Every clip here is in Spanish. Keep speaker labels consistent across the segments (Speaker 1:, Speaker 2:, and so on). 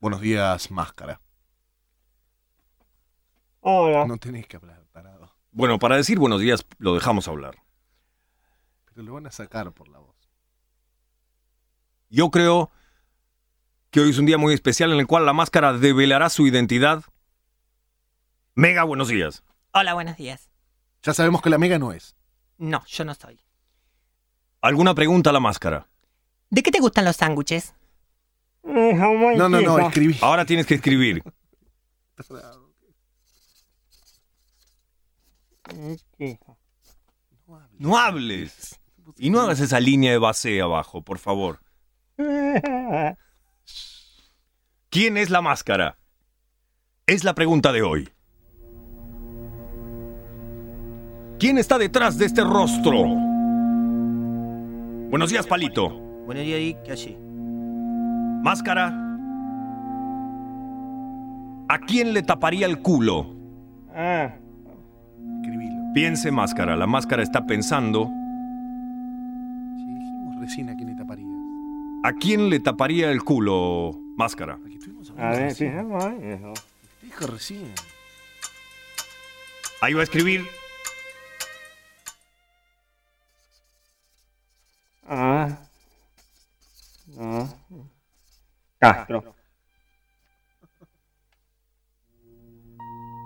Speaker 1: Buenos días, máscara.
Speaker 2: Hola.
Speaker 1: No tenés que hablar, tarado.
Speaker 3: Bueno, para decir buenos días lo dejamos hablar.
Speaker 1: Pero lo van a sacar por la voz.
Speaker 3: Yo creo que hoy es un día muy especial en el cual la máscara develará su identidad. Mega, buenos días.
Speaker 4: Hola, buenos días.
Speaker 1: Ya sabemos que la mega no es.
Speaker 4: No, yo no soy.
Speaker 3: ¿Alguna pregunta a la máscara?
Speaker 4: ¿De qué te gustan los sándwiches?
Speaker 2: Eh, jamón y
Speaker 1: No, no, no,
Speaker 2: queso.
Speaker 1: escribí.
Speaker 3: Ahora tienes que escribir.
Speaker 1: Tarado.
Speaker 2: Eh, queso.
Speaker 1: No hables.
Speaker 3: No hables. Y no hagas esa línea de base abajo, por favor.
Speaker 2: Ah,
Speaker 3: ¿Quién es la máscara? Es la pregunta de hoy. ¿Quién está detrás de este rostro? Buenos días, Palito.
Speaker 5: Buenos días, Dick. ¿Qué hace?
Speaker 3: Máscara. ¿A quién le taparía el culo?
Speaker 2: Ah,
Speaker 1: Escribilo.
Speaker 3: Piense, máscara. La máscara está pensando.
Speaker 1: Si dijimos recién a quién le taparías.
Speaker 3: ¿A quién le taparía el culo? Máscara.
Speaker 1: Aquí estuvimos
Speaker 2: a
Speaker 1: hablando
Speaker 2: ver,
Speaker 1: recién.
Speaker 2: fijamos ahí eso.
Speaker 1: Te dijo recién.
Speaker 3: Ahí va a escribir.
Speaker 2: Ah. No. Castro.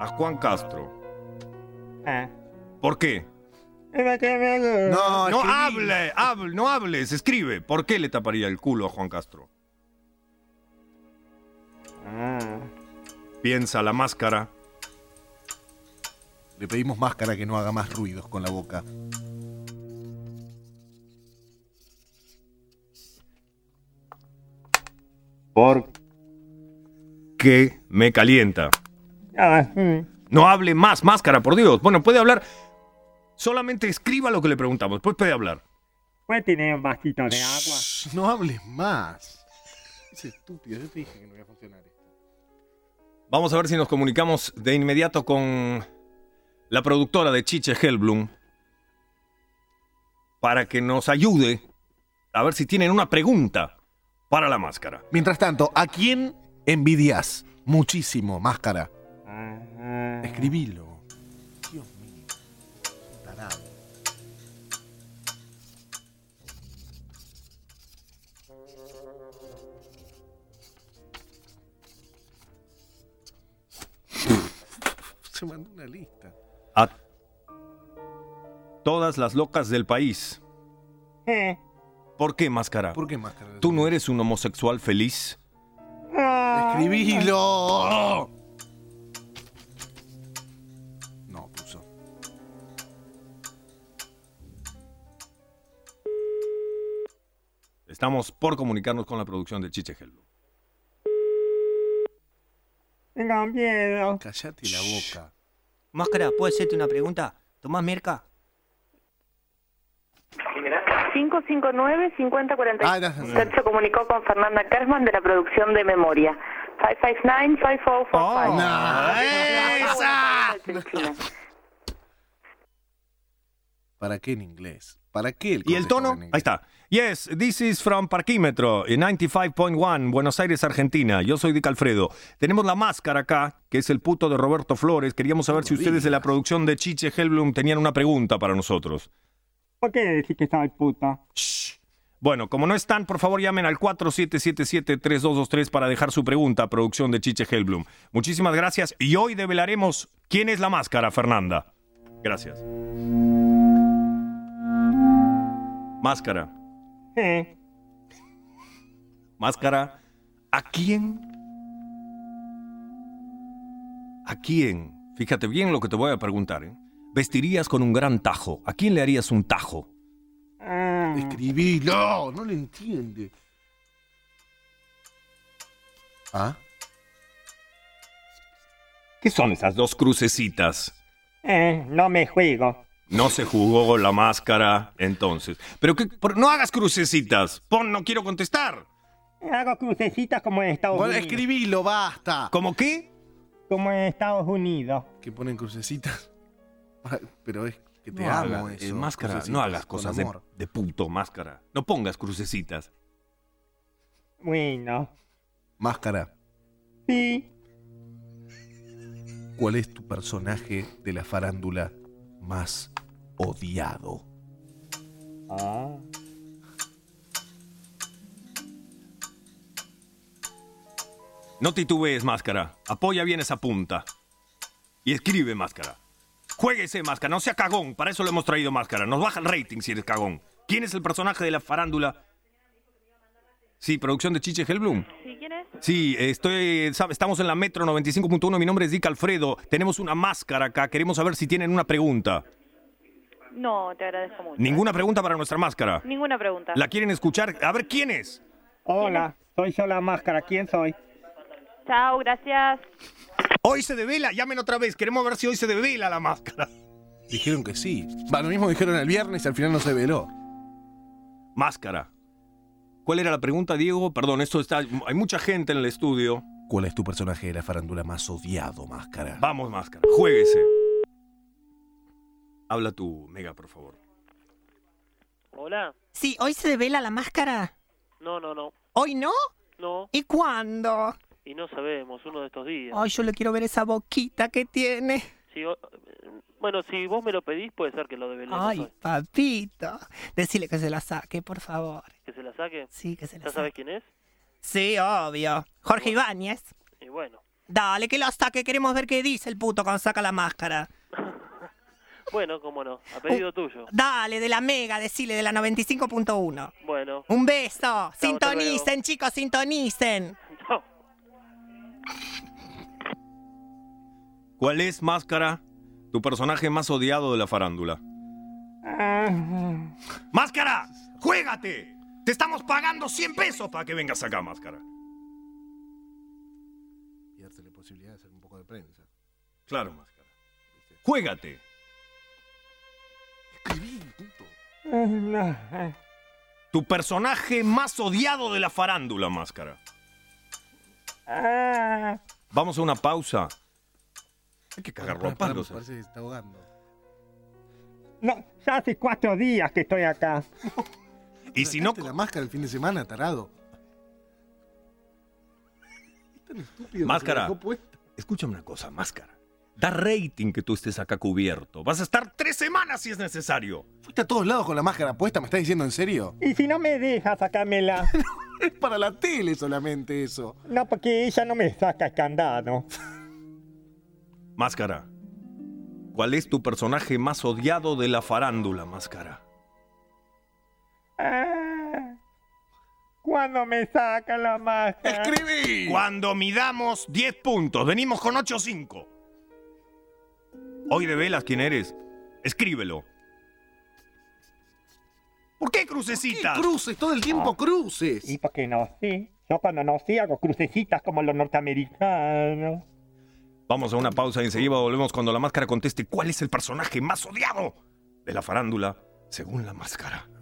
Speaker 3: A Juan Castro.
Speaker 2: Ah.
Speaker 3: ¿Por qué?
Speaker 2: Es que me-
Speaker 1: No, ah.
Speaker 3: No
Speaker 1: escribí.
Speaker 3: hable, hable, no hables, escribe. ¿Por qué le taparía el culo a Juan Castro?
Speaker 2: Ah.
Speaker 3: Piensa la máscara.
Speaker 1: Le pedimos máscara que no haga más ruidos con la boca.
Speaker 2: Por.
Speaker 3: Que me calienta.
Speaker 2: Ah, mm.
Speaker 3: No hable más, máscara, por Dios. Bueno, puede hablar. Solamente escriba lo que le preguntamos, pues puede hablar.
Speaker 2: Puede tener un vasito de agua.
Speaker 1: Shh, No hables más. Es estúpido, yo te dije que no iba a funcionar esto.
Speaker 3: Vamos a ver si nos comunicamos de inmediato con la productora de Chiche Hellblum para que nos ayude a ver si tienen una pregunta para la máscara.
Speaker 1: Mientras tanto, ¿a quién envidias? Muchísimo, máscara.
Speaker 2: Ah, ah.
Speaker 1: Escribilo. Dios mío. es un tarado. Se mandó una lista.
Speaker 3: A todas las locas del país.
Speaker 2: Eh.
Speaker 3: ¿Por qué, máscara?
Speaker 1: ¿Por qué máscara?
Speaker 3: ¿Tú no eres un homosexual feliz?
Speaker 2: Ah.
Speaker 1: ¡Escribilo! No, puso.
Speaker 3: Estamos por comunicarnos con la producción de Chiche Hellblum.
Speaker 2: Tengo miedo.
Speaker 1: Callate la boca.
Speaker 5: Máscara, ¿puedo hacerte una pregunta? ¿Tomás merca?
Speaker 6: 559-5045.
Speaker 1: Ah, era-
Speaker 6: Usted se comunicó con Fernanda Kersman de la producción de Memoria. 559-5445.
Speaker 1: no,
Speaker 6: ¡Esa!
Speaker 1: ¿Para qué en inglés? ¿Para qué el
Speaker 3: ¿Y el
Speaker 1: contexto
Speaker 3: tono?
Speaker 1: en inglés?
Speaker 3: Ahí está. Yes, this is from Parquímetro, eh, 95.1, Buenos Aires, Argentina. Yo soy Dick Alfredo. Tenemos la máscara acá, que es el puto de Roberto Flores. Queríamos saber si ustedes de la producción de Chiche Hellblum tenían una pregunta para nosotros.
Speaker 2: ¿Por qué decir que soy puta?
Speaker 3: Bueno, como no están, por favor llamen al 4777-3223 para dejar su pregunta a producción de Chiche Hellblum. Muchísimas gracias y hoy develaremos quién es la máscara, Fernanda. Gracias. Máscara,
Speaker 2: Eh.
Speaker 3: máscara. ¿A quién? ¿A quién? Fíjate bien lo que te voy a preguntar. ¿eh? ¿Vestirías con un gran tajo? ¿A quién le harías un tajo?
Speaker 2: Ah.
Speaker 3: Mm.
Speaker 1: Escribilo, no lo entiende. ¿Ah?
Speaker 3: ¿Qué son esas dos crucecitas?
Speaker 2: Eh, no me juego.
Speaker 3: No se jugó la máscara entonces. Pero que por- no hagas crucecitas. Pon, no quiero contestar.
Speaker 2: Hago crucecitas como en Estados
Speaker 1: Bueno,
Speaker 2: Unidos.
Speaker 1: escribilo, basta.
Speaker 3: ¿Cómo qué?
Speaker 2: Como en Estados Unidos.
Speaker 1: Que ponen crucecitas. Pero es que te
Speaker 3: No
Speaker 1: amo
Speaker 3: hagas,
Speaker 1: eso.
Speaker 3: eh, máscara, no
Speaker 1: crucecitas
Speaker 3: hagas
Speaker 1: con
Speaker 3: cosas de,
Speaker 1: amor.
Speaker 3: de puto máscara. No pongas crucecitas.
Speaker 2: Bueno.
Speaker 1: Máscara.
Speaker 2: Sí.
Speaker 1: ¿Cuál es tu personaje de la farándula más odiado?
Speaker 2: Ah.
Speaker 3: No titubees, máscara. Apoya bien esa punta. Y escribe, máscara. Juéguese, máscara. No sea cagón. Para eso lo hemos traído, máscara. Nos baja el rating si eres cagón. ¿Quién es el personaje de la farándula? Sí, producción de Chiche Hellblum.
Speaker 7: ¿Sí quién es?
Speaker 3: Sí, estoy, sab- estamos en la Metro 95.1. Mi nombre es Dick Alfredo. Tenemos una máscara acá. Queremos saber si tienen una pregunta.
Speaker 7: No, te agradezco mucho.
Speaker 3: Ninguna pregunta para nuestra máscara.
Speaker 7: Ninguna pregunta.
Speaker 3: ¿La quieren escuchar? A ver, ¿quién es?
Speaker 2: Hola, soy Sola Máscara. ¿Quién soy?
Speaker 7: Chao, gracias.
Speaker 3: Hoy se devela. Llamen otra vez. Queremos ver si hoy se devela la máscara.
Speaker 1: Dijeron que sí. Va, lo mismo dijeron el viernes y al final no se veló.
Speaker 3: Máscara. ¿Cuál era la pregunta, Diego? Perdón, esto está. Hay mucha gente en el estudio.
Speaker 1: ¿Cuál es tu personaje de la farándula más odiado, máscara?
Speaker 3: Vamos, máscara. Juéguese. Habla tú, Mega, por favor.
Speaker 8: Hola.
Speaker 4: Sí, hoy se devela la máscara.
Speaker 8: No, no, no.
Speaker 4: ¿Hoy no?
Speaker 8: No.
Speaker 4: ¿Y cuándo?
Speaker 8: Y no sabemos, uno de estos días.
Speaker 4: Ay, yo le quiero ver esa boquita que tiene.
Speaker 8: Si o- bueno, si vos me lo pedís, puede ser que lo develemos
Speaker 4: Ay,
Speaker 8: hoy.
Speaker 4: papito. Decile que se la saque, por favor.
Speaker 8: Que se la saque.
Speaker 4: Sí, que se la
Speaker 8: ¿Ya sabes
Speaker 4: saque.
Speaker 8: quién es?
Speaker 4: Sí, obvio. Jorge Ibáñez.
Speaker 8: Y bueno.
Speaker 4: Dale, que la saque. Queremos ver qué dice el puto cuando saca la máscara.
Speaker 8: Bueno, cómo no. A pedido tuyo.
Speaker 4: Dale, de la mega, decile, de la 95.1.
Speaker 8: Bueno.
Speaker 4: Un beso.
Speaker 8: te veo.
Speaker 4: Sintonicen, chicos, sintonicen.
Speaker 8: Chao.
Speaker 3: ¿Cuál es, máscara, tu personaje más odiado de la farándula?
Speaker 2: Ah,
Speaker 3: ¡Máscara! ¡Juégate! Te estamos pagando 100 pesos para que vengas acá, máscara.
Speaker 1: Y darte la posibilidad de hacer un poco de prensa.
Speaker 3: Claro, máscara. ¡Juégate!
Speaker 1: Escribí, puto.
Speaker 2: ah, no, ah.
Speaker 3: Tu personaje más odiado de la farándula, máscara.
Speaker 2: Ah,
Speaker 3: Vamos a una pausa. Hay que cagar
Speaker 1: Pará,
Speaker 3: los
Speaker 1: pará,
Speaker 3: palos.
Speaker 1: Parece que se está ahogando.
Speaker 2: no, ya hace cuatro días que estoy acá.
Speaker 3: Y si no,
Speaker 1: Sacaste la máscara el fin de semana, tarado. Es Tan estúpido. que se la
Speaker 3: Máscara.
Speaker 1: dejó puesta.
Speaker 3: Escúchame una cosa, máscara. Da rating que tú estés acá cubierto. Vas a estar tres semanas si es necesario.
Speaker 1: Fuiste a todos lados con la máscara puesta, ¿me estás diciendo en serio?
Speaker 2: Y si no me deja sacármela.
Speaker 1: Es para la tele solamente eso.
Speaker 2: No, porque ella no me saca el candado.
Speaker 3: Máscara. ¿Cuál es tu personaje más odiado de la farándula, máscara?
Speaker 2: Ah, ¿Cuándo me saca la máscara?
Speaker 1: ¡Escribí!
Speaker 3: Cuando midamos 10 puntos, venimos con 8-5. Hoy de velas quién eres. Escríbelo. ¿Por qué
Speaker 1: ¿Qué
Speaker 3: crucecitas?
Speaker 1: cruces? Todo el tiempo cruces.
Speaker 2: Y porque no sé. Yo cuando no sé hago crucecitas como los norteamericanos.
Speaker 3: Vamos a una pausa y enseguida volvemos cuando la máscara conteste cuál es el personaje más odiado de la farándula según la máscara.